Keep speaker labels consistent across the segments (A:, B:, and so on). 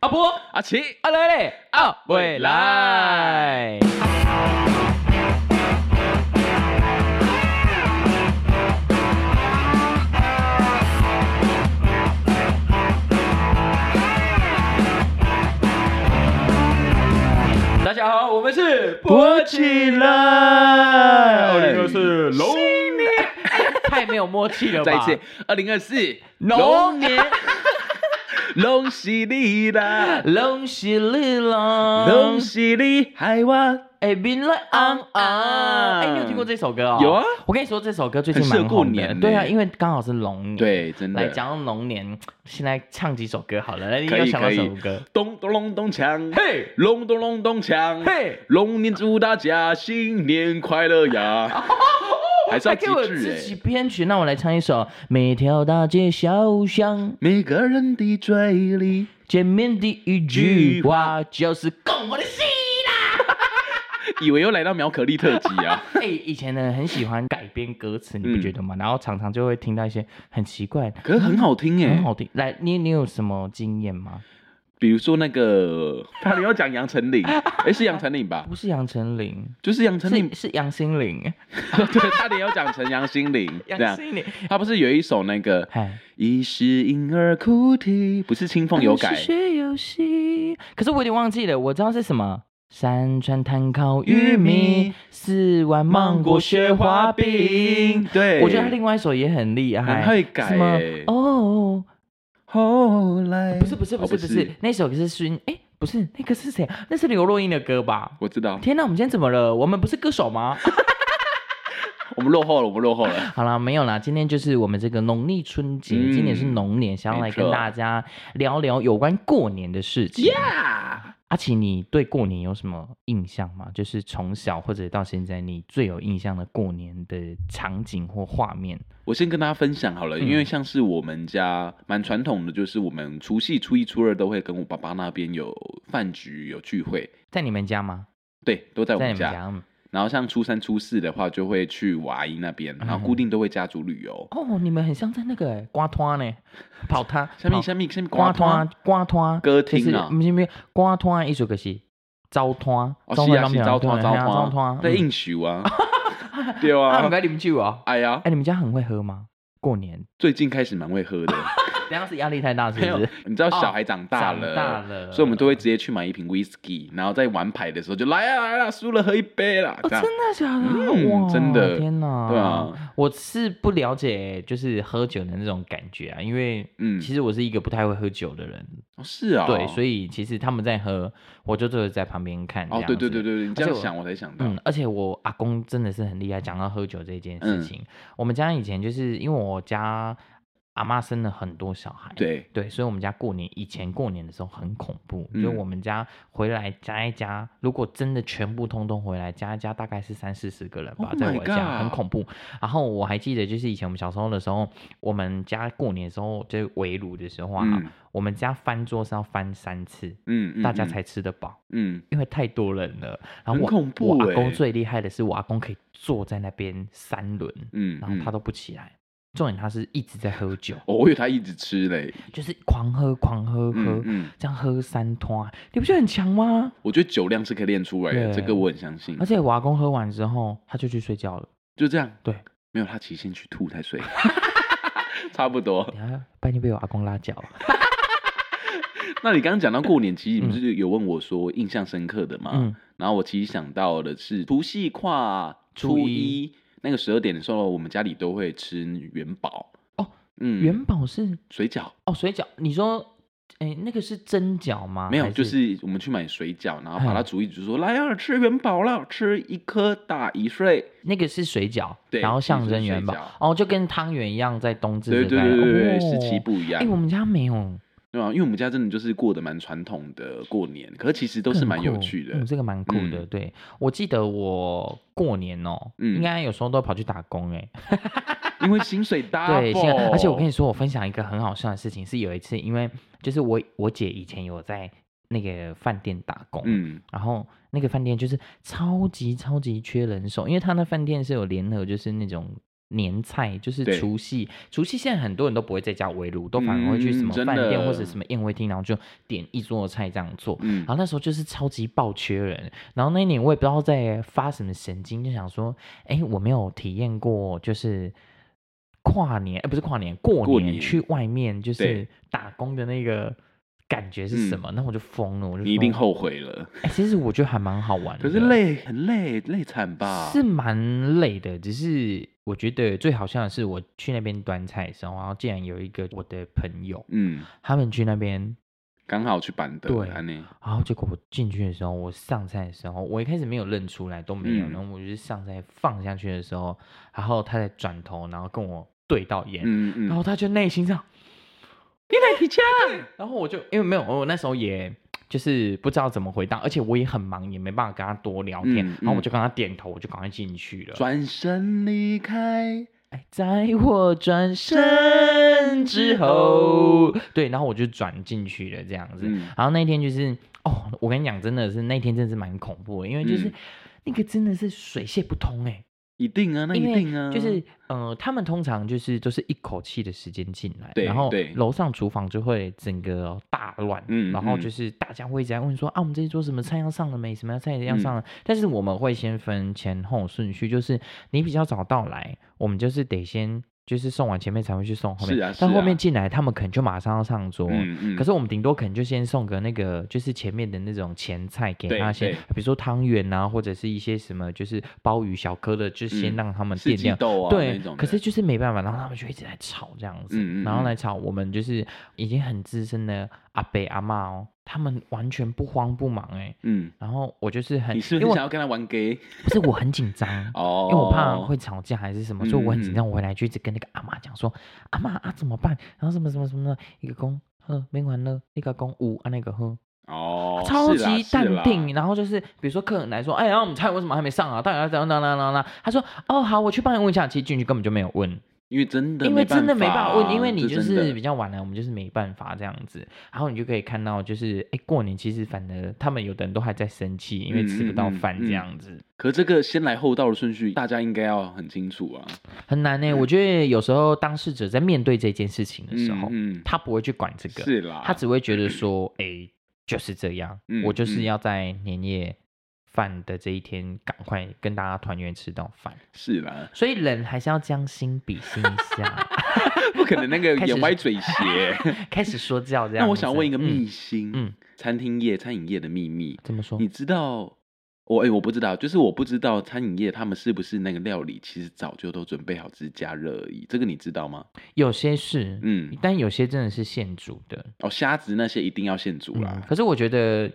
A: 波
B: 阿奇
A: 阿来嘞，啊未来。大家好，我们是
B: 勃起
A: 来
B: 二零二四龙
A: 哎太没有默契了吧？
B: 再一次，二零二四
A: 龙年，
B: 龙喜你啦，
A: 龙喜你啦！
B: 龙喜你害我。
A: 哎，明来昂昂！哎，你有听过这首歌哦？
B: 有啊，
A: 我跟你说，这首歌最近
B: 很适合
A: 蛮红
B: 过年
A: 的。
B: 呢
A: 对啊，因为刚好是龙年。，
B: 对，真
A: 来
B: 的。
A: 讲到龙年，现在唱几首歌好了。来，你
B: 可以
A: 有想到
B: 可以
A: 什么歌？
B: 咚咚隆咚锵，
A: 嘿，
B: 隆咚隆咚锵，
A: 嘿，
B: 龙年祝大家新年快乐 呀！还是要
A: 还
B: 几
A: 给我自
B: 句
A: 己
B: 哎。
A: 编曲，那我来唱一首《每条大街小巷
B: 每个人的嘴里，
A: 见面第一句话就是拱我的心》啦。
B: 以为又来到苗可丽特辑啊！
A: 哎，以前的人很喜欢改编歌词，你不
B: 嗯
A: 觉得吗？然后常常就会听到一些很奇怪、
B: 可是很好听哎
A: 很，好听。来，你你有什么经验吗？
B: 比如说那个， 他你要讲杨丞 琳，哎，是杨丞琳吧？
A: 不是杨丞琳，
B: 就是杨丞琳
A: 是，是杨心凌，
B: 对，差点要讲成杨心 凌这
A: 杨
B: 样。
A: 心凌。哎
B: 他不是有一首那个
A: 嗨，
B: “一是婴儿哭啼”，不是清风有
A: 是
B: 改，
A: 学游戏，可是我有点忘记了，我知道是什么。三川炭烤玉米，四碗芒果雪花冰。
B: 对，
A: 我觉得他另外一首也很厉害，
B: 很会改
A: 什么
B: 欸
A: 哦，
B: 后来
A: 不是不是不
B: 哦
A: 是不是，那首是孙哎，不是那个是谁？那是刘若英的歌吧？
B: 我知道，
A: 天哪，我们今天怎么了？我们不是歌手吗？
B: 我们落后了，我们落后 了。
A: 好啦，没有啦，今天就是我们这个农历春节，
B: 嗯
A: 今年是龙年，想要来
B: 没错
A: 跟大家聊聊有关过年的事情。
B: Yeah，
A: 阿奇，你对过年有什么印象吗？就是从小或者到现在，你最有印象的过年的场景或画面？
B: 我先跟大家分享好了，因为像是我们家蛮传统的，就是我们除夕、初一、初二都会跟我爸爸那边有饭局、有聚会，
A: 在你们家吗？
B: 对，都在我
A: 在你
B: 们
A: 们
B: 家。
A: 家？嗯
B: 然后像初三、初四的话，就会去瓦伊那边，
A: 嗯
B: 然后固定都会家族旅游。
A: 哦，你们很像在那个欸刮摊呢，跑摊，
B: 下面
A: 跑
B: 下面下面
A: 哦
B: 刮
A: 刮摊
B: 团，
A: 刮摊，
B: 歌
A: 就
B: 厅
A: 是
B: 啊，
A: 不是不是刮摊，艺术可是糟摊，
B: 哦
A: 嗯中
B: 是
A: 文
B: 啊
A: 讲
B: 是
A: 不了
B: 糟
A: 对
B: 摊糟
A: 嘿啊糟
B: 摊，在
A: 嗯
B: 应酬啊， 对
A: 啊，你
B: 啊
A: 们，在饮酒啊？
B: 哎呀
A: 哎、，你们家很会喝吗？过年，
B: 最近开始蛮会喝的，
A: 这样是压力太 大，是
B: 没有
A: 不是？，
B: 你知道
A: 哦
B: 小孩长大了，
A: 长大了
B: 所以我们都会直接去买一瓶 whisky，然后在玩牌的时候就来啊来啊，输了喝一杯啦，
A: 哦，
B: 这
A: 真
B: 样，
A: 的假的？
B: 嗯
A: 哇，
B: 真的
A: 天哪！
B: 对，啊，
A: 我是不了解就是喝酒的那种感觉啊，因为
B: 嗯
A: 其实我是一个不太会喝酒的人，
B: 哦是啊，
A: 对，所
B: 以
A: 以其实他们在喝，我就只有在旁边看。
B: 哦对对对
A: 对。
B: 对对，你这
A: 而且
B: 样
A: 我
B: 想我才想到，
A: 嗯，而且我阿公真的是很厉害。讲到喝酒这件
B: 嗯
A: 事情，我们家以前就是因为我家阿妈生了很多小孩，
B: 对，
A: 对，所以我们家过年以前过年的时候很恐怖，
B: 嗯
A: 就是我们家回来加一加，如果真的全部通通回来加一加，大概是三四十个人吧
B: Oh
A: 在
B: my
A: 我家
B: God
A: 很恐怖。然后我还记得，就是以前我们小时候的时候，我们家过年的时候就是围炉的时候啊，
B: 嗯
A: 我们家翻桌是要翻三次，
B: 嗯嗯，
A: 大家
B: 嗯
A: 才吃得饱。
B: 嗯
A: 因为太多人了，然后
B: 很
A: 我
B: 恐怖
A: 我阿公
B: 欸
A: 最厉害的是，我阿公可以坐在那边三轮，
B: 嗯，
A: 然后他
B: 嗯
A: 都不起来。重点他是一直在喝酒，
B: 哦我以为他一直吃嘞，
A: 就是狂喝狂喝喝，
B: 嗯嗯，
A: 这样喝三拖，你不觉得很强吗？
B: 我觉得酒量是可以练出来的，
A: 对
B: 这个我很相信
A: 而，且我阿公喝完之后，他就去睡觉了。
B: 就这样，
A: 对，
B: 没有他其实先去吐才睡， 差不多。
A: 等下半夜被我阿公拉脚了。
B: 那你刚刚讲到过年，其实你
A: 嗯
B: 不是有问我说印象深刻的嘛？
A: 嗯，
B: 然后我其实想到的是除夕跨
A: 初
B: 初
A: 一
B: 一那个十二点的时候，我们家里都会吃元宝
A: 哦，
B: 嗯，
A: 元宝是
B: 水饺
A: 哦水饺，你说哎那个是蒸饺吗？
B: 没有，
A: 还
B: 就是我们去买水饺，然后
A: 嗯
B: 把它煮一煮，说来啊，吃元宝了，吃一颗打一岁，
A: 那个是水饺，
B: 对
A: 然后象征元宝
B: 其实是水，
A: 哦就跟汤圆一样在冬至
B: 对
A: 这
B: 对
A: 边
B: 对对对，
A: 哦
B: 时期不一样
A: 哎，，我们家没有，
B: 对啊，因为我们家真的就是过得蛮传统的过年，可是其实都
A: 都
B: 是蛮有趣的，
A: 这个蛮酷的。
B: 嗯
A: 对我记得我过年哦，
B: 嗯
A: 应该有时候都跑去打工哎。
B: 因为薪水大，
A: 对，现在而且我跟你说，我分享一个很好笑的事情，是有一次，因为就是我我姐以前有在那个饭店打工，
B: 嗯
A: 然后那个饭店就是超级超级缺人手，因为她那饭店是有联合，就是那种年菜，就是
B: 对
A: 除夕。除夕现在很多人都不会在家围炉，都反而会去什
B: 嗯
A: 么
B: 真
A: 饭店
B: 的
A: 或者什么宴会厅，然后就点一桌菜这样做。
B: 嗯
A: 然，后那时候就是超级爆缺人，然后那一年我也不知道在发什么神经，就想说，哎，我没有体验过，就是跨年，哎，不是跨年，过
B: 过
A: 年
B: 年
A: 去外面就是
B: 对
A: 打工的那个感觉是什
B: 嗯
A: 么？那、我就疯了，我就
B: 你一定
A: 说
B: 后悔了，
A: 哎、其实我觉得还蛮好玩的，
B: 可是累，很累，累惨吧？
A: 是蛮累的，只是我觉得最好笑的是，我去那边端菜的时候，然后竟然有一个我的朋友，
B: 嗯，
A: 他们去那边，
B: 刚好去板凳，啊
A: 对
B: 安妮，
A: 然后结果我进去的时候，我上菜的时候，我一开始没有认出来，都没有，
B: 嗯
A: 然后我就是上菜放下去的时候，然后他才转头，然后跟我对到眼，
B: 嗯嗯
A: 然后
B: 嗯，
A: 他就内心这样，
B: 你来提家，
A: 啊然后我就因为没有，我那时候也。就是不知道怎么回答，而且我也很忙，也没办法跟他多聊天。
B: 嗯
A: 然后我
B: 嗯
A: 就跟他点头，我就赶快进去了。
B: 转身离开，
A: 哎，在我转身之后，对，然后我就转进去了，这样子。
B: 嗯，
A: 然后那天就是，哦，我跟你讲，真的是那天真的是蛮恐怖的，因为就是、
B: 嗯
A: 那个真的是水泄不通哎、
B: 一定啊，那
A: 因
B: 一
A: 为
B: 定啊，
A: 就是呃，他们通常就是都是一口气的时间进来，
B: 对
A: 然后
B: 对
A: 楼上厨房就会整个大乱，
B: 嗯
A: 然后
B: 嗯
A: 就是大家会一直在问说啊，我们这一桌什么菜要上了没？什么菜要上了？
B: 嗯
A: 但是我们会先分前后顺序，就是你比较早到来，我们就是得先就是送完前面才会去送后面，
B: 是啊是
A: 但后面
B: 啊
A: 进来他们可能就马上要上桌，
B: 嗯嗯，
A: 可
B: 是
A: 是我们顶多可能就先送个那个，就是前面的那种前菜给
B: 对
A: 他先
B: 对，
A: 比如说汤圆啊，或者是一些什么就是鲍鱼小颗的，就先
B: 嗯
A: 让他们
B: 四
A: 垫
B: 季
A: 料。
B: 豆啊
A: 对
B: 那种，的，
A: 可是就是没办法，然后他们就一直在吵这样子，
B: 嗯嗯
A: 然后
B: 嗯
A: 来吵我们就是已经很资深的阿伯阿嬷哦，他们完全不慌不忙哎、
B: 嗯，
A: 然后我就是很，
B: 你是不
A: 因
B: 是
A: 为
B: 想要跟他玩 gay？，
A: 我不是我很紧张
B: 哦，
A: 因为我怕会吵架还是什么，所以我很紧
B: 嗯嗯
A: 张。我回来就一直跟那个阿妈讲说，阿妈啊怎么办？然后什么什么什么的，一个公喝没完了，一个公五啊那个喝，
B: 哦，
A: 超
B: 是啦
A: 级淡，
B: 是啦
A: 定。然后就是比如说客人来说，哎，然后我们菜为什么还没上啊？到底要怎样怎样怎样怎样？他说，哦好，我去帮你问一下。其实进去根本就没有问，
B: 因为真的，
A: 因为真的没办
B: 法啊
A: 法问，因为你就
B: 这真的
A: 是比较晚了，我们就是没办法这样子。然后你就可以看到，就是哎过年其实反而他们有的人都还在生气，因为吃不到
B: 嗯嗯嗯
A: 饭这
B: 嗯
A: 样子。
B: 可这个先来后到的顺序，大家应该要很清楚 啊。
A: 很难呢、欸我觉得有时候当事者在面对这件事情的时候，
B: 嗯，嗯
A: 他不会去管这个，
B: 是啦，
A: 他只会觉得说， 哎、就是这样，
B: 嗯
A: 我就是
B: 嗯
A: 要在年夜饭的这一天赶快跟大家团圆吃到饭。
B: 是啦，
A: 所以人还是要将心比心一 下，
B: 不可能那个
A: 开始
B: 眼歪嘴斜。
A: 开始说教这样子。
B: 那我想问一个
A: 嗯
B: 秘辛，
A: 嗯哦
B: 餐厅业、餐饮业的秘密，
A: 怎么说
B: 你？知道？我哎、我不知道，就是我不知道餐饮业他们是不是那个料理其实早就都准备好，只是加热而已。这个你知道吗？
A: 有些是，
B: 嗯，
A: 但有些真的是现煮的。
B: 哦，虾子那些一定要现煮
A: 嗯
B: 啦。
A: 可是我觉得，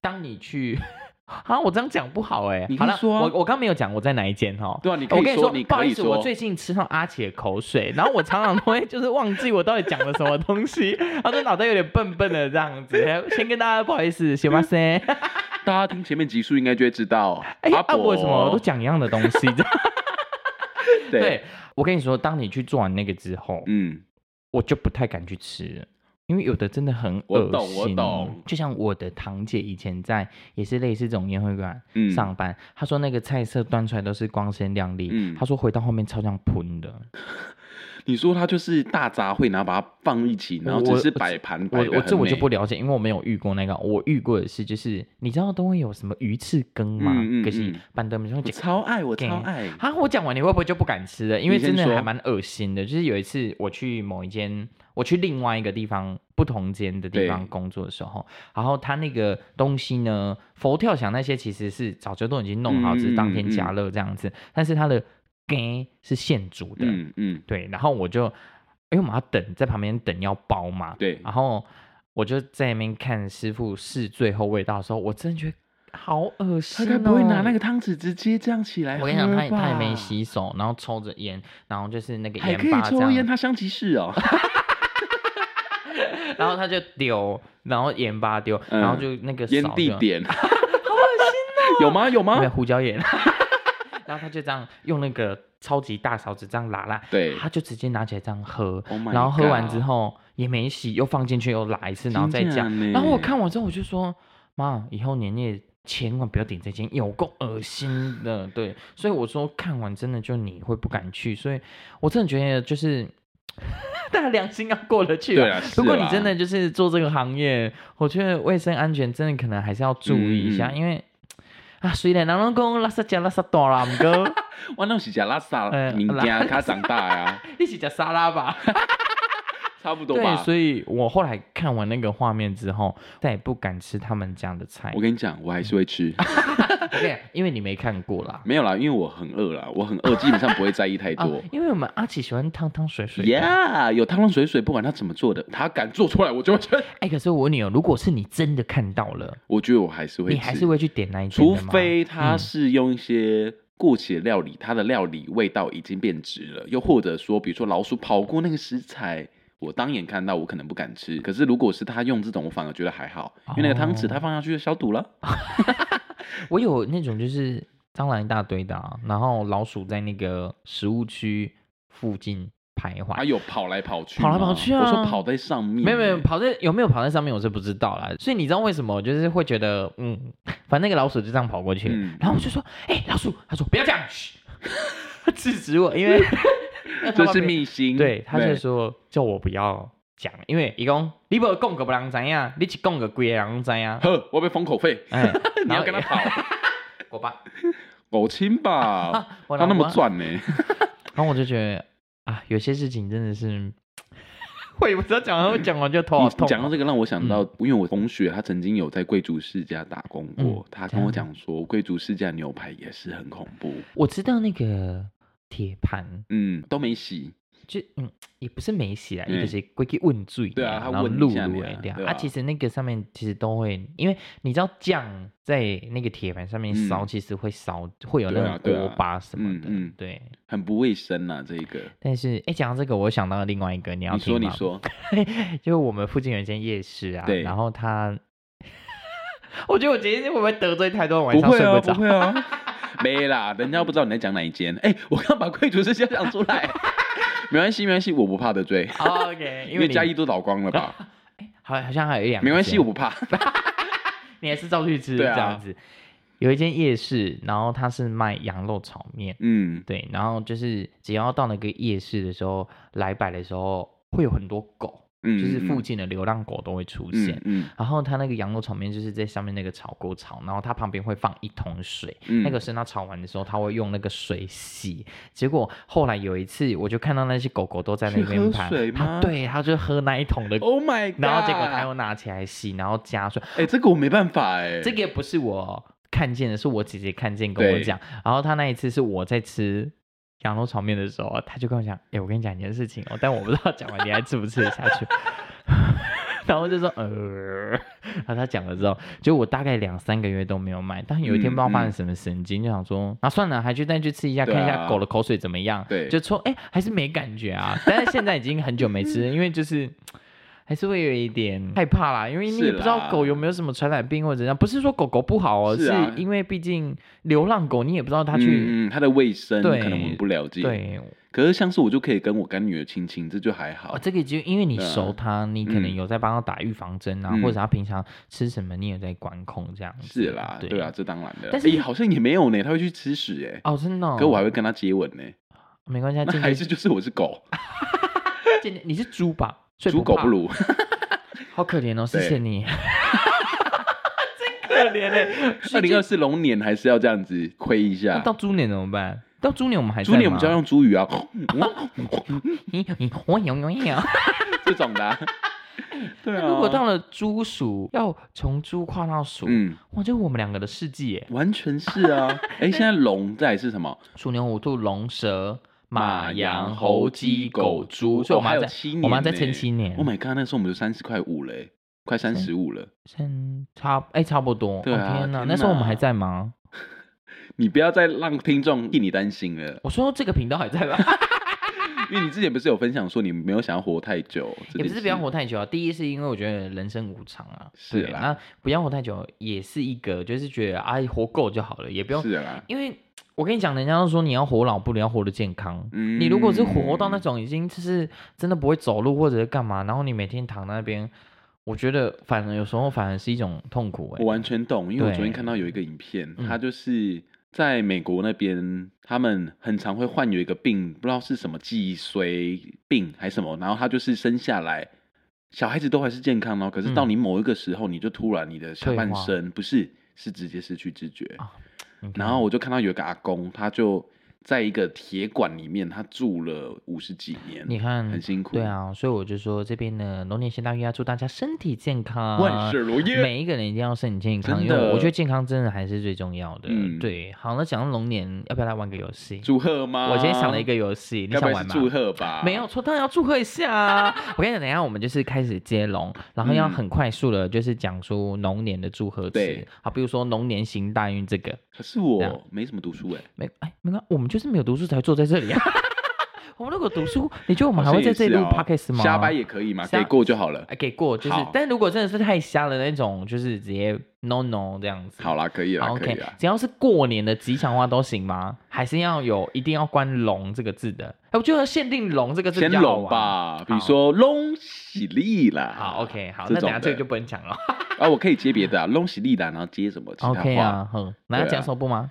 A: 当你去， 啊，我这样讲不好哎、
B: 你可以
A: 好了，
B: 说啊
A: 我我刚没有讲我在哪一间哈。
B: 对啊，你可
A: 我
B: 以
A: 跟
B: 说，
A: 你
B: 你
A: 不好
B: 可
A: 意
B: 以
A: 思，
B: 说，
A: 我最近吃到阿姐口水， 然后我常常都会就是忘记我到底讲了什么东西， 然后就脑袋有点笨笨的这样子。先跟大家不好意思，谢 马森。
B: 大家听前面集数应该就会知道。
A: 哎，阿伯
B: 伯
A: 为什么我都讲一样的东西？ 这样
B: 对，
A: 对，我跟你说，当你去做完那个之后，
B: 嗯，
A: 我就不太敢去吃了，因为有的真的很
B: 我
A: 恶
B: 懂
A: 心。
B: 我懂
A: 就像我的堂姐以前在也是类似这种宴会馆
B: 嗯
A: 上班，她说那个菜色端出来都是光鲜亮丽，
B: 嗯
A: 她说回到后面超像喷的。
B: 你说它就是大杂烩，然后把它放一起，然后
A: 我
B: 只是
A: 我
B: 摆盘
A: 我
B: 摆的
A: 我这我就不了解，因为我没有遇过那个，我遇过的是就是你知道都会有什么鱼翅羹吗？
B: 嗯嗯
A: 可是
B: 嗯
A: 板凳上
B: 我
A: 讲。
B: 超爱，我
A: 给
B: 超爱。
A: 啊，我讲完你会不会就不敢吃了？因为
B: 你先
A: 真的
B: 说
A: 还蛮恶心的。就是有一次我去某一间，我去另外一个地方不同间的地方
B: 对
A: 工作的时候，然后他那个东西呢，佛跳墙那些其实是早就都已经弄好，
B: 嗯
A: 只是
B: 嗯
A: 当天
B: 嗯
A: 加热这样子，但是它的干是现煮的，
B: 嗯嗯，
A: 对，然后我就因为我们要等在旁边等要包嘛，
B: 对
A: 然后我就在那边看师傅试最后味道的时候，我真的觉得好恶
B: 他
A: 心、哦。
B: 该不会拿那个汤匙直接这样起来？
A: 我跟你讲，他也他也没，洗手，然后抽着烟，然后就是那个
B: 还
A: 盐
B: 可以
A: 巴这
B: 抽烟，
A: 样，
B: 他香吉士 哦。
A: 然后他就丢，然后盐巴丢，然后就那个
B: 嗯烟
A: 勺
B: 蒂
A: 就
B: 点，好恶心哦！ 有吗？有
A: 没有
B: 吗？
A: 胡椒盐， 然后他就这样用那个超级大勺子这样拉拉，
B: 对
A: 他就直接拿起来这样喝
B: Oh my
A: 然后喝完之
B: God
A: 后也没洗，又放进去又拉一次，然后再
B: 真
A: 讲
B: 假。呢
A: 然后我看完之后我就说，妈，以后年夜千万不要点这间，有够恶心的。对，所以我说看完真的就你会不敢去，所以我真的觉得就是 大家良心要过得去啊。
B: 对啊，是
A: 如果你
B: 啦
A: 真的就是做这个行业，我觉得卫生安全真的可能还是要注意一下，
B: 嗯嗯
A: 因为啊，虽然人拢讲垃圾食垃圾大啦，不 过
B: 我那是食拉萨
A: 哎
B: 民间卡长大呀，
A: 你是食沙拉吧？
B: 差不多
A: 对，
B: 吧。
A: 所以我后来看完那个画面之后，再也不敢吃他们家的菜
B: 我。跟你讲，我还是会吃，
A: 对，因为你没看过啦。
B: 没有啦，因为我很饿啦，我很饿，基本上不会在意太
A: 啊
B: 多。，
A: 因为我们阿奇喜欢汤汤水水的。
B: Yeah，有汤汤水水，不管他怎么做的，他敢做出来，我就会觉得，
A: 哎、可是我问你哦，如果是你真的看到了，
B: 我觉得我还是会
A: 你
B: 吃，
A: 还是会去点那一间
B: 除
A: 的吗嗯
B: 非他是用一些过期的料理，它的料理味道已经变质了，又或者说，比如说老鼠跑过那个食材，我当眼看到，我可能不敢吃。可是如果是他用这种，我反而觉得还好，因为那个汤匙
A: 哦
B: 他放下去就消毒了。
A: 我有那种就是蟑螂一大堆的、啊，然后老鼠在那个食物区附近徘徊。
B: 还有哎跑来跑去吗，
A: 跑来跑去啊
B: 我说跑在上面，
A: 没有没有跑在有没有跑在上面我是不知道啦，所以你知道为什么我就是会觉得嗯， 反正那个老鼠就这样跑过去，
B: 嗯
A: 然后我就说哎、老鼠，他说不要这样，嘘 制止我，因 为因为他
B: 这
A: 怕
B: 是
A: 被
B: 秘辛。。
A: 对，他就说叫我不要讲，因为伊讲你无讲个别人知影，你只讲个规个人知影
B: 呵，我要被封口费，
A: 哎，
B: 你 要
A: 然后
B: 跟他 跑，
A: 我 吧，
B: 狗亲吧，
A: 我
B: 他那么
A: 我
B: 赚呢，
A: 然后我就觉得啊，有些事情真的是， 我也不知道讲完，我讲完就头好
B: 你
A: 痛。啊嗯
B: 讲到这个，让我想到，因为我同学他曾经有在贵族世家打工过，
A: 嗯
B: 他跟我讲说，贵族世家牛排也是很恐怖，
A: 我知道那个铁盘，
B: 嗯，都没洗，
A: 就嗯，也不是没洗啊，
B: 嗯
A: 一个是过去问罪，
B: 对啊他
A: 然后
B: 问一
A: 露
B: 下你
A: 露
B: 啊
A: 哎，对啊
B: 对，啊
A: 啊，其实那个上面其实都会，因为你知道酱在那个铁盘上面
B: 嗯
A: 烧，其实会烧，会有
B: 对啊
A: 那种
B: 对啊
A: 锅巴什么的
B: 嗯嗯，
A: 对。
B: 很不卫生呐、这一个。
A: 但是，哎，讲到这个，我想到了另外一个，你要
B: 你说
A: 听
B: 你
A: 吗？
B: 说，
A: 就是我们附近有一间夜市啊，
B: 对
A: 然后他， 我觉得我今天会不会得罪太多，晚
B: 不
A: 上
B: 会
A: 睡
B: 啊，
A: 着
B: 不？会啊， 没啦，人家不知道你在讲哪一间。哎、我刚把贵族世家讲出来， 没关系，没关系，我不怕得罪，
A: 哦 OK，
B: 啊因
A: 因为
B: 为
A: 你
B: 嘉义都倒光了 吧？
A: 好好像还有一两间，
B: 没关系，我不怕。
A: 你还是照去吃
B: 对啊
A: 这样子。有一间夜市，然后它是卖羊肉炒面，
B: 嗯，
A: 对，然后就是只要到那个夜市的时候，来摆的时候会有很多狗，
B: 嗯
A: 就是附近的流浪狗都会出现。
B: 嗯嗯
A: 然后它那个羊肉炒面就是在上面那个炒锅炒，然后它旁边会放一桶水，
B: 嗯
A: 那个是它炒完的时候，它会用那个水洗。结果后来有一次，我就看到那些狗狗都在那
B: 去喝
A: 边爬
B: 水，吗
A: 它对，它就喝那一桶的，
B: ，Oh my god！
A: 然后结果它又拿起来洗，然后加水。
B: 哎、这个我没办法哎、
A: 这个也不是我看见的，是我姐姐看见跟我
B: 对
A: 讲。然后她那一次是我在吃羊肉炒面的时候，她就跟我讲：“哎、我跟你讲一件事情哦，但我不知道讲完你还吃不吃得下 去。” 然后我就说呃，然后她讲了之后，就我大概两三个月都没有买，但有一天
B: 嗯
A: 不知道发
B: 嗯
A: 生什么神经，就想说啊算了，还去再去吃一下，
B: 对啊
A: 看一下狗的口水怎么样。
B: 对
A: 就说哎、还是没感觉啊，但是现在已经很久没吃了，因为就是还是会有一点害怕啦，因为你
B: 是
A: 也不知道
B: 啦
A: 狗有没有什么传染病或者怎样。不是说狗狗不好哦，
B: 是啊
A: 因为毕竟流浪狗你也不知道它去、
B: 嗯嗯，它的卫生
A: 对
B: 可能我们不了解。，
A: 对
B: 可是像是我就可以跟我干女儿亲亲，这就还好。
A: 哦，这个就因为你
B: 对啊
A: 熟它，你可能
B: 嗯
A: 有在帮它打预防针啊，
B: 嗯
A: 或者它平常吃什么，你也在管控这样子。
B: 是啦，对啊，。这当然的。
A: 但是
B: 哎好像也没有呢，她会去吃屎哎、
A: 哦，真的、哦，
B: 可我还会跟她接吻呢、
A: 没关系啊，
B: 那
A: 间
B: 还
A: 接
B: 是就是我是狗，
A: 间接你是猪吧？所以
B: 猪狗
A: 怕
B: 不，如。
A: 好可怜哦，谢
B: 对
A: 谢你，真可怜嘞。
B: 二
A: 所以
B: 零
A: 就
B: 二四龙年还是要这样子亏一
A: 那
B: 下
A: 到。猪年怎么办？到猪年我们还
B: 猪年我们
A: 在
B: 就要
A: 吗
B: 用猪 语啊，
A: 你你我哦有有有。
B: 这种的啊、对啊，
A: 如果到了猪鼠，要从猪跨到鼠，
B: 嗯，
A: 哇，就我们两个的世纪耶！
B: 完全是啊。哎，现在龙在是什么？
A: 鼠、牛、虎、兔、龙、蛇、马、羊、
B: 羊
A: 猴、
B: 猴
A: 鸡、
B: 鸡
A: 狗、
B: 狗
A: 猪，
B: 猪
A: 所以我
B: 哦
A: 们
B: 还
A: 要
B: 有
A: 在，
B: 七
A: 我们要
B: 年
A: 再撑
B: 呢
A: 七年
B: Oh，my god，那时候我们就三十块五嘞，快三十五了。
A: 撑差哎、差不多。
B: 对啊
A: 哦、天哪，
B: 天
A: 那时候我们
B: 哪
A: 还在吗？
B: 你不要再让听众替你担心了，
A: 我说这个频道还在 吧？
B: 因为你之前不是有分享说你没有想要活太久，这
A: 也
B: 件
A: 不是
B: 事
A: 不要活太久啊。第一是因为我觉得人生无常啊，
B: 是
A: 对
B: 啦
A: 那不要活太久也是一个，就是觉得啊，活够就好了，也不用。
B: 是啊啦，
A: 因为我跟你讲，人家都说你要活老不，你要活得健康。
B: 嗯
A: 你如果是活到那种已经就是真的不会走路或者是干嘛，然后你每天躺在那边，我觉得反而有时候反而是一种痛苦、欸。
B: 我完全懂，因为我昨天
A: 对
B: 看到有一个影片，
A: 嗯
B: 它就是在美国那边，他们很常会患有一个病，不知道是什么脊髓病还是什么，然后他就是生下来，小孩子都还是健康哦，可是到
A: 嗯
B: 你某一个时候，你就突然你的下
A: 退
B: 半
A: 化
B: 身不是是直接失去知觉，
A: 啊你看
B: 然后我就看到有一个阿公，他就在一个铁管里面，他住了五十几年，
A: 你看，
B: 很辛苦，
A: 对，啊，所以我就说这边呢，龙年行大运要祝大家身体健康，
B: 万事如意
A: 呃每一个人一定要身体健康，
B: 真
A: 因为我
B: 的
A: 觉得健康真的还是最重要的。
B: 嗯
A: 对，好，那讲到龙年，要不要来玩个游戏？
B: 祝贺吗？
A: 我今天想了一个，游戏，你
B: 该不
A: 想
B: 会
A: 玩
B: 是
A: 吗？
B: 祝贺吧？
A: 没有错，当然要祝贺一 下啊！我跟你讲，等一下我们就是开始接龙，然后要
B: 嗯
A: 很快速的，就是讲出龙年的祝贺词
B: 对。
A: 好，比如说龙年行大运这个，
B: 可是
A: 这样
B: 我没什么读书哎、
A: 没哎，没关系，我们就是没有读书才坐在 这里啊。我们如果读书，你觉得我
B: 我
A: 们还会在这里录 podcast 吗？
B: 啊瞎掰也可以嘛，
A: 瞎
B: 给过就好了。
A: 哎给过，就是
B: 好，
A: 但如果真的是太瞎了那种，就是直接 no no 这样子。
B: 好啦，可以啦，
A: 好
B: 可以啊
A: ，OK，
B: 啦。
A: 只要是过年的吉祥话都行吗？还是要有一定要关“龙”这个字的？哎，我觉得限定“龙”这个字比
B: 先
A: 较好
B: 拢
A: 玩。
B: 吧，比如
A: 好
B: 说龙喜利啦。
A: 好，OK，好，
B: 这
A: 那
B: 种
A: 等下这个
B: 的
A: 就不能讲了。
B: 啊，我可以接别的啊， 龙喜利啦，然后接什么其他
A: OK
B: 话？
A: 啊，哼，那要
B: 对啊
A: 讲手部吗？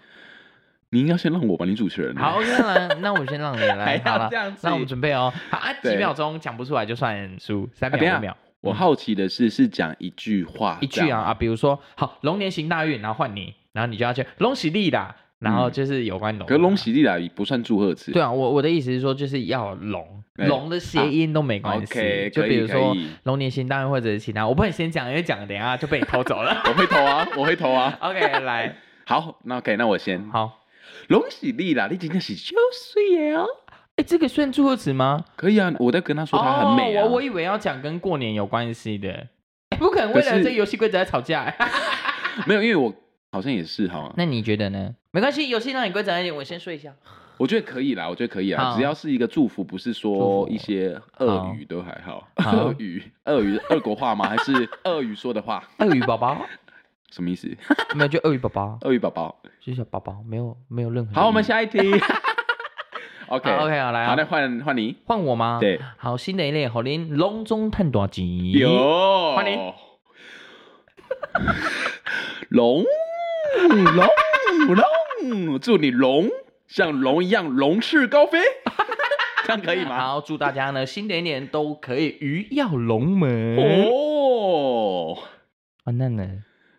B: 你应该先让我吧，你主持人。啊
A: 好，，OK，那那我先让你
B: 还
A: 来，
B: 要
A: 好了
B: 这样，子
A: 那我们准备哦。好啊，几
B: 对
A: 秒钟讲不出来就算输，三
B: 啊等一
A: 秒
B: 下
A: 五秒。
B: 我好奇的是，是讲一句话，
A: 一句啊啊，比如说好龙年行大运，然后换你，然后你就要去龙喜利啦，然后
B: 嗯
A: 就是有关龙。
B: 可是龙。喜利啦不算祝贺词。
A: 对啊，我我的意思是说，就是要龙
B: 对
A: 龙的谐音都没关系，
B: ，OK，
A: 就
B: 可
A: 比
B: 以
A: 如
B: 可
A: 说
B: 以
A: 龙年行大运或者是其他，我不能先讲，因为讲了等一下就被你偷走了。
B: 我会投啊， 我会投啊。
A: OK，来，
B: 好，那 OK，那我先。
A: 好，
B: 龙喜利啦，你今天是九岁耶哦。
A: 哎，这个算祝贺词吗？
B: 可以啊，我在跟他说他很美啊。
A: 哦、我我以为要讲跟过年有关系的，哎 不可能为
B: 可
A: 了
B: 是
A: 这游戏规则在吵架。
B: 没有，因为我好像也是哈。
A: 那你觉得呢？没关系，游戏让你规则一点，我先说一下。
B: 我觉得可以啦，我觉得可以啊，
A: 好
B: 只要是一个祝福，不是
A: 祝
B: 说
A: 福
B: 一些
A: 好
B: 恶语都还好。
A: 好
B: 恶语，恶语，俄国话吗？还 是恶语说的话？
A: 鳄鱼宝宝
B: 什么意思？
A: 没有，就鳄鱼宝宝，
B: 鳄鱼宝宝。
A: 就是小宝宝，没有没有任何。
B: 好，我们下一题。OK
A: 好 OK 好来啊
B: 好，那换换你。
A: 换我吗？，
B: 对，
A: 好，新的一类，好林笼中探大钱。
B: 有
A: 换你。
B: 龙龙龙，祝你龙像龙一样龙翅高飞， 这样可以吗？
A: 好，祝大家呢新的一年都可以鱼跃龙门。哦，
B: 哦，
A: 那呢？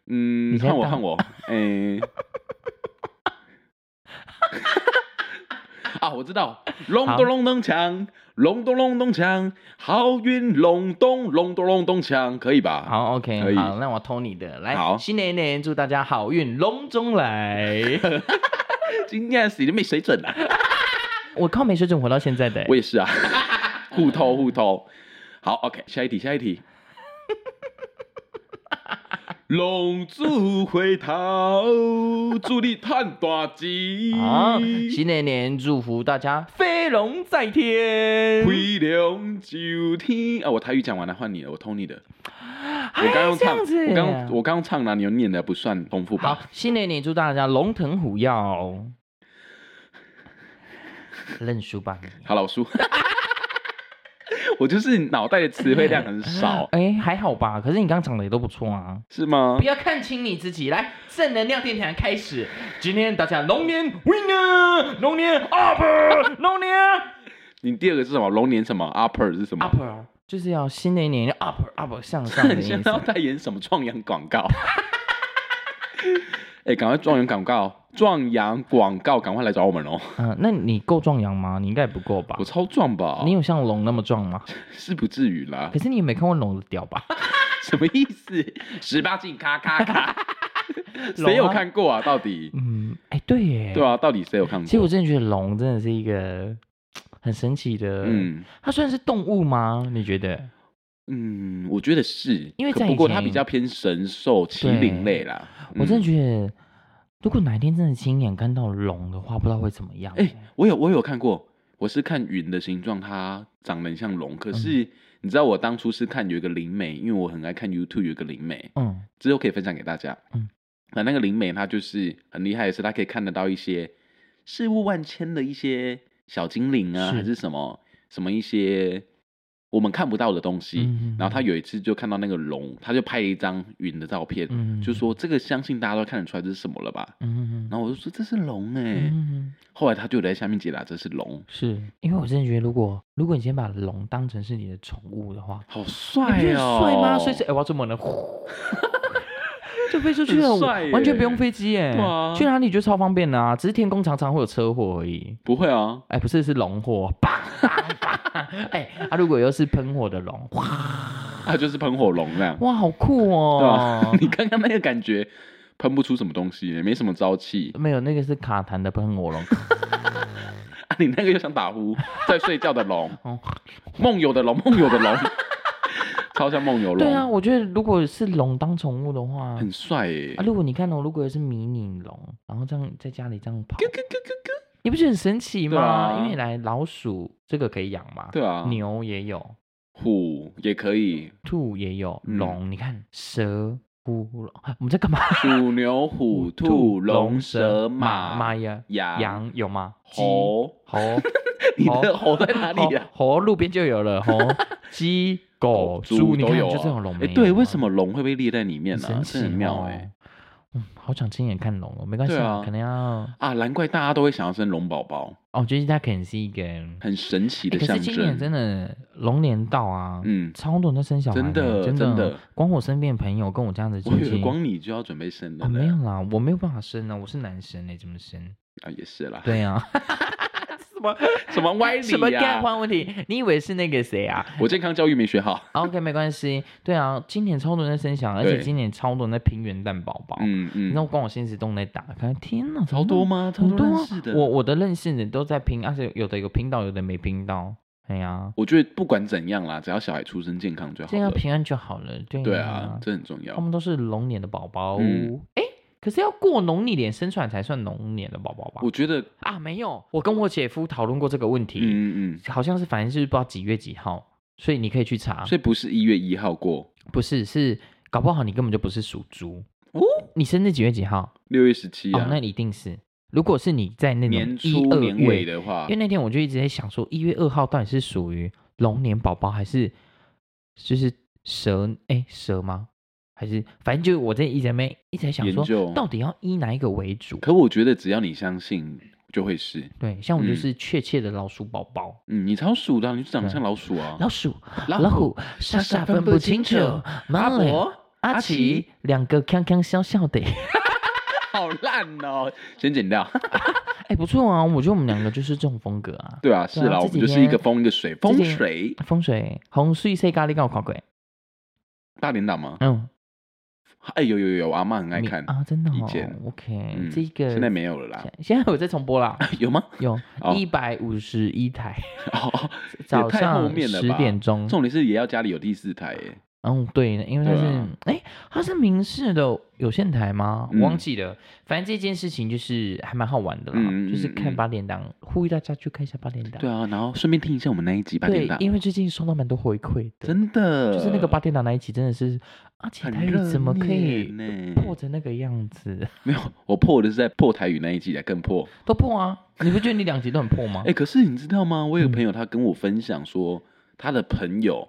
A: 你
B: 嗯，
A: 先
B: 换我
A: 当
B: 换我， 哎，啊，我知道，隆
A: 好
B: 咚隆咚锵，隆咚隆咚锵，好运隆咚隆咚隆咚锵，可以吧？
A: 好，OK，
B: 可以
A: 好，那我偷你的，来，
B: 好
A: 新的一年祝大家好运龙中来。
B: 今天是你没水准啊！
A: 我靠，没水准活到现在的、
B: 我也是啊， 互偷互偷。好，OK，下一题，下一题。龙珠回头，祝你赚大钱。
A: 啊！新的一年祝福大家飞龙在天。
B: 飞龙九天啊！我台语讲完了，换你了，我偷你的。我
A: 我
B: 刚刚唱，
A: 哎子
B: 我刚我刚刚唱了，你又念的不算重复
A: 好
B: 吧？，
A: 新的一年祝大家龙腾虎跃。哦认输吧你。
B: 好，老叔， 我就是脑袋的词汇量很少，
A: 哎，还好吧，可是你刚刚讲的也都不错啊。
B: 是吗
A: 不？要看清你自己，来，正能量电台开始。今天大家龙年 winner，龙年 up，龙年
B: 你第二个是什么？龙年什么？upper 是什么？
A: up，就是要新的一年 up up 向上的
B: 你
A: 意
B: 现
A: 思
B: 在。要代言什么壮阳广告？ 哎、赶快壮阳广告，壮阳广告，赶快来找我们哦！
A: 嗯、那你够壮阳吗？你应该也不够吧
B: 我？超壮吧？
A: 你有像龙那么 壮吗？
B: 是不至于啦
A: 可，是你也没看过龙的屌 吧？
B: 什么意思？十八禁，咔咔 咔，
A: 龙啊
B: 谁有看过啊？到底？
A: 嗯，哎、对耶。
B: 对啊，到底谁有看
A: 其实我
B: 过？
A: 真的觉得龙真的是一个很神奇的，嗯，
B: 嗯
A: 它算是动物吗？你觉得？
B: 嗯，我觉得是，
A: 因为
B: 可
A: 在以
B: 不过它
A: 前
B: 比较偏神兽、麒麟类啦。
A: 我真的
B: 嗯
A: 觉得，如果哪一天真的亲眼看到龙的话，不知道会怎么样。
B: 哎、我有我有看过，我是看云的形状，它长得很像龙。可
A: 嗯
B: 是你知道我当初是看有一个灵媒，因为我很爱看 YouTube 有一个灵媒，
A: 嗯，
B: 之后可以分享给大家。
A: 嗯，
B: 那那个灵媒它就是很厉害的是，它可以看得到一些事物万千的一些小精灵啊，
A: 是
B: 还是什么什么一些我们看不到的东西。
A: 嗯
B: 然后他有一次就看到那个龙，他就拍了一张云的照片，
A: 嗯
B: 就说这个相信大家都看得出来这是什么了吧？
A: 嗯
B: 然后我就说这是龙哎、
A: 嗯，
B: 后来他就有在下面解答这是龙，
A: 是因为我真的觉得，如果如果你先把龙当成是你的宠物的话，
B: 好
A: 你不觉
B: 帅
A: 得
B: 哦，
A: 很帅吗？所以是哎，我要这么能 就飞出去了，
B: 很
A: 我
B: 帅耶
A: 完全不用飞机耶
B: 对啊，
A: 去哪里觉得超方便的啊，只是天空常常会有车祸而已。
B: 不会啊，
A: 哎，不是，是龙火，砰砰砰！ 哎，啊，如果又是喷火的龙，哇
B: 他就是喷火龙那样，
A: 哇，好酷
B: 对啊吧、！
A: 哦
B: 你刚刚那个感觉喷不出什么东西，没什么朝气
A: 没有，那个是卡痰的喷火龙，
B: 啊，你那个就像打 呼，在睡觉的龙
A: 哦，
B: 梦游的龙，梦游的 龙，超像梦游龙，
A: 对啊，我觉得如果是龙当宠物的话，
B: 很帅耶、
A: 啊，如果你看哦，如果是迷你龙，然后这样在家里 这样跑
B: 咯，咯咯咯咯
A: 你不觉得很神奇
B: 对
A: 吗？
B: 啊
A: 因为来老鼠这个可以养嘛，
B: 对啊，
A: 牛也有，
B: 虎也可以，
A: 兔也有，
B: 嗯
A: 龙、你看蛇。虎龙，我们在干嘛？
B: 鼠、牛、 虎、兔、龙、蛇、马、
A: 马呀，
B: 羊、
A: 羊有吗？鸡、
B: 猴。
A: 猴，
B: 你
A: 猴
B: 的猴在哪里啊呀、
A: 猴？猴路边就有了， 猴、鸡、狗、哦猪，你
B: 都
A: 看
B: 有
A: 就
B: 啊
A: 这种龙
B: 哎、
A: 没有啊。
B: 对，为什么龙会被列在里面
A: 很
B: 呢、
A: 神
B: 这
A: 奇
B: 很妙
A: 哦
B: 哎、
A: 嗯，好想亲眼看龙哦，没关系
B: 对
A: 啊，
B: 啊
A: 可能要
B: 啊，难怪大家都会想要生龙宝宝，
A: 哦，就是它可能是一个
B: 很神奇的
A: 欸可
B: 象
A: 是今年
B: 征。
A: 真的龙年到啊，
B: 嗯，
A: 超多人在生小孩
B: 真
A: 呢，
B: 的
A: 真
B: 真的，
A: 光我身边的朋友跟我这样的
B: 我
A: 亲
B: 以为
A: 戚。
B: 光你就要准备生了
A: 哦，
B: 呢、
A: 没有啦，我没有办法生啊，我是男生哎、怎么生？
B: 啊，也是啦。
A: 对啊，
B: 什么什么歪
A: 什么
B: 理啊
A: 概
B: 呀、
A: 况问题？你以为是那个谁啊
B: 我健康教育没学 好。
A: 啊？OK，没关系。对啊，今年超多人在生小孩，而
B: 对
A: 且今年超多人在拼元旦宝宝。
B: 嗯
A: 你
B: 嗯，
A: 知道光我现实动在打，看天哪，
B: 超多吗？超
A: 怎么那
B: 多
A: 么？
B: 认
A: 很
B: 识的。
A: 多啊！我我的认识人都在拼，而且有的有拼到，有的没拼到。哎呀、
B: 我觉得不管怎样啦，只要小孩出生健康就好
A: 这样
B: 了。
A: 平安就好了。对
B: 对
A: 啊
B: 啊，这很重要
A: 他。们都是龙年的宝宝。哎、
B: 嗯
A: 可是要过农历年生出来才算龙年的宝宝吧
B: 我？觉得，
A: 啊，没有，我跟我姐夫讨论过这个问题，
B: 嗯嗯
A: 好像是反正就是不知道几月几号，所以你可以去查
B: 嗯，。所以不是一月一号过，
A: 不是，是搞不好你根本就不是属猪。
B: 哦，
A: 你生日几月几号？
B: 六月十七
A: 哦
B: 啊，，
A: 那一定是。如果是你在那
B: 年
A: 种
B: 初
A: 一二
B: 年尾
A: 月，
B: 的话
A: 因为，那天我就一直在想说，一月二号到底是属于龙年宝宝还是就是蛇？哎、蛇吗？还是反正就是我在一直在没一直在想
B: 研
A: 说，
B: 究
A: 到底要依哪一个为主？
B: 可我觉得只要你相信，就会是。
A: 对，像我就
B: 嗯
A: 是确切的老鼠宝宝，
B: 嗯，你超鼠的啊、你就长得
A: 对
B: 像老鼠啊。
A: 老鼠、
B: 老
A: 老
B: 虎
A: 虎，傻
B: 傻
A: 傻
B: 分
A: 分
B: 不
A: 不
B: 清
A: 清楚
B: 楚，
A: 马脸、阿
B: 阿
A: 奇，两个康康笑笑 的，
B: 好烂哦，先剪掉。
A: 哎，不错啊，我觉得我们两个就是这种风格啊。
B: 对啊，是啦，
A: 这
B: 我们
A: 几
B: 就是一个
A: 天
B: 风一个水，
A: 几
B: 风
A: 天
B: 水
A: 风水红水色咖喱跟我看过，
B: 大连党吗？
A: 嗯，
B: 哎，有有有，我阿妈很爱
A: 你
B: 看。
A: 啊，真的
B: 以
A: 哦
B: 前
A: ，OK，
B: 嗯
A: 这个嗯
B: 现在没有了啦，
A: 现现在有在重播 啦，
B: 有吗？
A: 有
B: 哦
A: 一百五十一 台，
B: 哦，
A: 早
B: 太后
A: 上
B: 面了吧
A: 十点钟。
B: 重点是也要家里有第四台耶。
A: 嗯，对，因为它
B: 对
A: 是
B: 啊
A: 哎、它是明视的有线台吗？我
B: 嗯
A: 忘记了。反正这件事情就是还蛮好玩的啦，
B: 嗯嗯
A: 就是
B: 嗯
A: 看
B: 嗯
A: 八点档，呼吁大家去看一下八点档。
B: 对啊，然后顺便听一下我们那一集八点
A: 对，
B: 档，
A: 因为最近收到蛮多回馈的，
B: 真的
A: 就是那个八点档那一期真的是，而且
B: 嗯很
A: 台语
B: 热
A: 怎么可以
B: 呢？
A: 破成那个样子？
B: 没有，我破的是在破台语那一集来更破。
A: 都破啊！你不觉得你两集都很破吗
B: 哎、？可是你知道吗？我有个
A: 嗯
B: 朋友他跟我分享说，他的朋友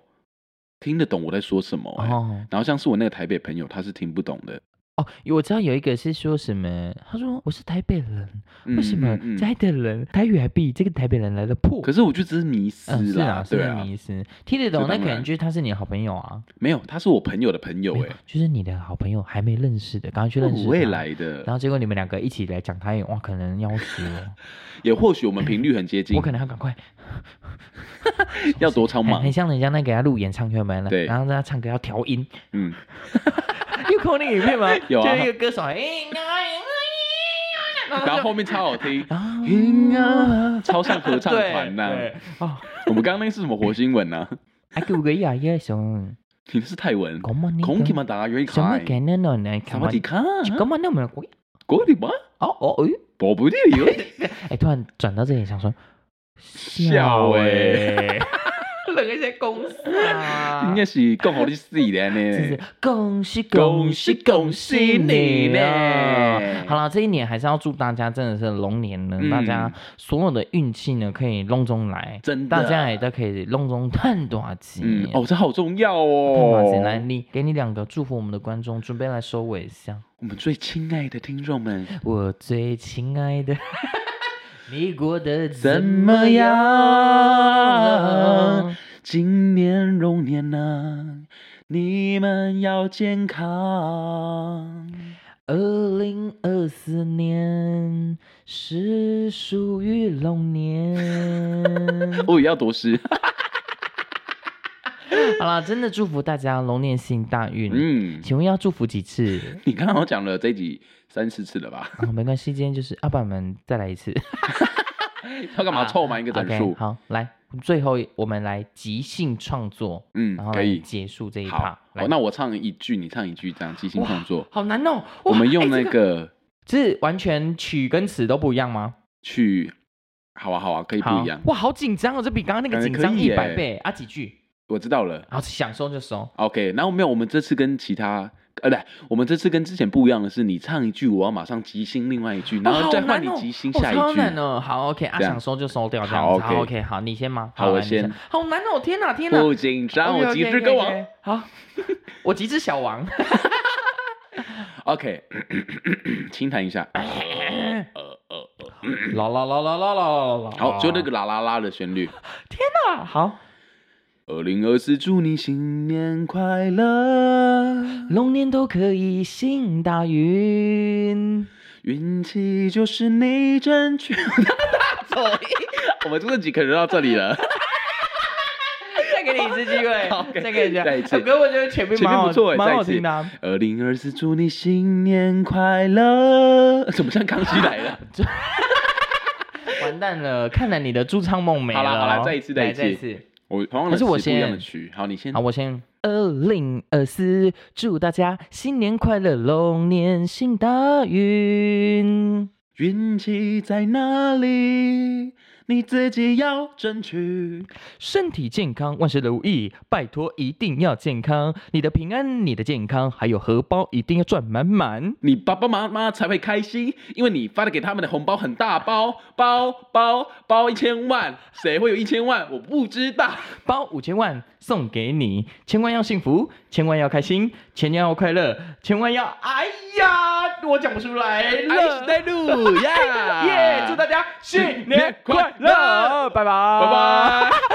B: 听得懂我在说什么、哎
A: 哦
B: 然后像是我那个台北朋友，他是听不懂的。
A: 哦，我知道有一个是说什么，他说我是台北人，
B: 嗯
A: 为什么
B: 嗯嗯
A: 在的人台语还比这个台北人来的破？
B: 可是我就只是迷失
A: 嗯，是
B: 啦，
A: 啊，是
B: 对
A: 个
B: 啊，
A: 迷思。听得懂，
B: 这
A: 那
B: 当
A: 可能
B: 然
A: 就是他是你的好朋友啊，
B: 没有，他是我朋友的朋友、
A: 没有
B: 哎，
A: 就是你的好朋友还没认识的，赶快去认识。
B: 哦我未。来的
A: 然，后结果你们两个一起来讲台语，哇，可能要死 我，
B: 也或许我们频率很接近
A: 我，可能要赶快，
B: 要多超
A: 很
B: 忙
A: 很，像人家那个要录演唱会门了，
B: 对
A: 然后让他唱歌要调音，
B: 嗯，
A: 你有看过那个影片吗？
B: 有啊
A: 就那个歌手，哎，，
B: 然后后面超好听
A: 啊
B: 嗯啊，超像合唱
A: 对
B: 团呐、
A: 对哦，
B: 我们刚刚那个是什么火星文呐、啊？
A: 还给我个呀呀熊，
B: 你那是泰 文，
A: 恐怕你
B: 孔吉嘛打原
A: 什么
B: 卡，
A: 可能呢？你
B: 什
A: 看
B: 么
A: 嘛
B: 迪，卡，
A: 干嘛那么贵？
B: 国里吗？
A: 哦哦，哎。
B: 我不地 有。
A: 哎、突然转到这里想说，
B: 笑
A: 哎、冷一些公司啊，
B: 应该哎是更好的死的
A: 就
B: 呢。
A: 是恭喜
B: 恭
A: 恭
B: 喜
A: 喜
B: 恭
A: 恭
B: 喜
A: 喜
B: 你
A: 你
B: 嘞
A: 嘞！好了，这一年还是要祝大家真的是龙年呢，
B: 嗯
A: 大家所有的运气呢可以隆中来，
B: 真的
A: 大家也都可以隆中探多钱。
B: 嗯，哦，这好重要
A: 探多钱来，
B: 哦。
A: 你给你两个祝福我们的观众，准备来收尾一下。
B: 我们最亲爱的听众们，
A: 我最亲爱的， 你过得
B: 怎
A: 怎
B: 么
A: 么
B: 样
A: 样？？
B: 今年龙年呢、你们要健康。
A: 二零二四年是属于龙 年。
B: 我也要多吃。
A: 好啦，真的祝福大家龙年行大运。
B: 嗯，
A: 请问要祝福几次？
B: 你刚刚讲了这一集三四次了吧？
A: 啊，没关系，今天就是，要、不然我们再来一次。
B: 要干嘛凑满一个整
A: 啊 OK，
B: 数？
A: 好，来，最后我们来即兴创作，
B: 嗯
A: 然后，
B: 可
A: 来
B: 以。
A: 结束这一
B: 好
A: 趴。，来
B: 哦那我唱一句，你唱一句，这样即兴创作。
A: 好难哦。
B: 我
A: 哇
B: 们用
A: 哎
B: 那
A: 这
B: 个
A: 是完全曲跟词都不一样吗？
B: 去，好啊，好啊，可以不一样
A: 好。哇，好紧张哦，这比刚刚那
B: 感
A: 个
B: 觉
A: 紧
B: 可
A: 张
B: 以
A: 一百
B: 耶
A: 倍啊！几句，
B: 我知道了。
A: 然后想收就收。
B: OK，然后没有，我们这次跟其他。呃，不对，我们这次跟之前不一样的是，你唱一句，我要马上即兴另外一句，然
A: 哦
B: 后
A: 好
B: 再换
A: 难
B: 你
A: 哦
B: 即兴
A: 哦
B: 下一
A: 超
B: 句。
A: 难哦，好，OK，啊，
B: 这样
A: 想收就收掉，这样
B: 好
A: 子好
B: OK
A: ，OK，好，你先吗？
B: 好我
A: 来你
B: 先
A: 好难哦，天哪，天哪，
B: 不紧张，我
A: OK，OK，OK，
B: 极致歌王。
A: 好，我极致 小王，
B: OK，轻弹一下。呃
A: 啦啦啦啦啦啦啦啦，
B: 好，就那个啦啦啦的旋律。
A: 啊，好，
B: 二零二四，祝你新年快乐，
A: 龙年都可以行大运，
B: 运气就是你争取。
A: 走音，
B: 我们这集可能到这里了，
A: 再给你一次机
B: 好
A: 会，再给你
B: 再一次
A: 哥，我觉得前面
B: 前
A: 蛮
B: 面
A: 好
B: 不错哎，
A: 蛮
B: 再一
A: 好
B: 次
A: 听的啊。。
B: 二零二四，祝你新年快乐。怎么像康熙来了？
A: 完蛋了，看来你的驻唱梦没
B: 好
A: 了
B: 啦
A: 哦。
B: 好啦再一次再一
A: 来
B: 次
A: 再一次。
B: 我好像
A: 可是我
B: 不一样的
A: 先
B: 曲，好，你先
A: 好，。我先。二零二四，祝大家新年快乐，龙年行大运。
B: 运气在哪里？你自己要争取。
A: 身体健康，万事如意，拜托一定要健康，你的平安，你的健康，还有荷包一定要赚满满。
B: 你爸爸妈妈才会开心，因为你发的给他们的红包很大包，包包包一千万，谁会有一千万？我不知道。
A: 包五千万送给你，千万要幸福，千万要开心，千万要快乐，千万要……哎呀，我讲不出来
B: 爱
A: 了
B: 是。在路呀！
A: 耶！祝大家新年快乐，拜拜，啊
B: 拜拜。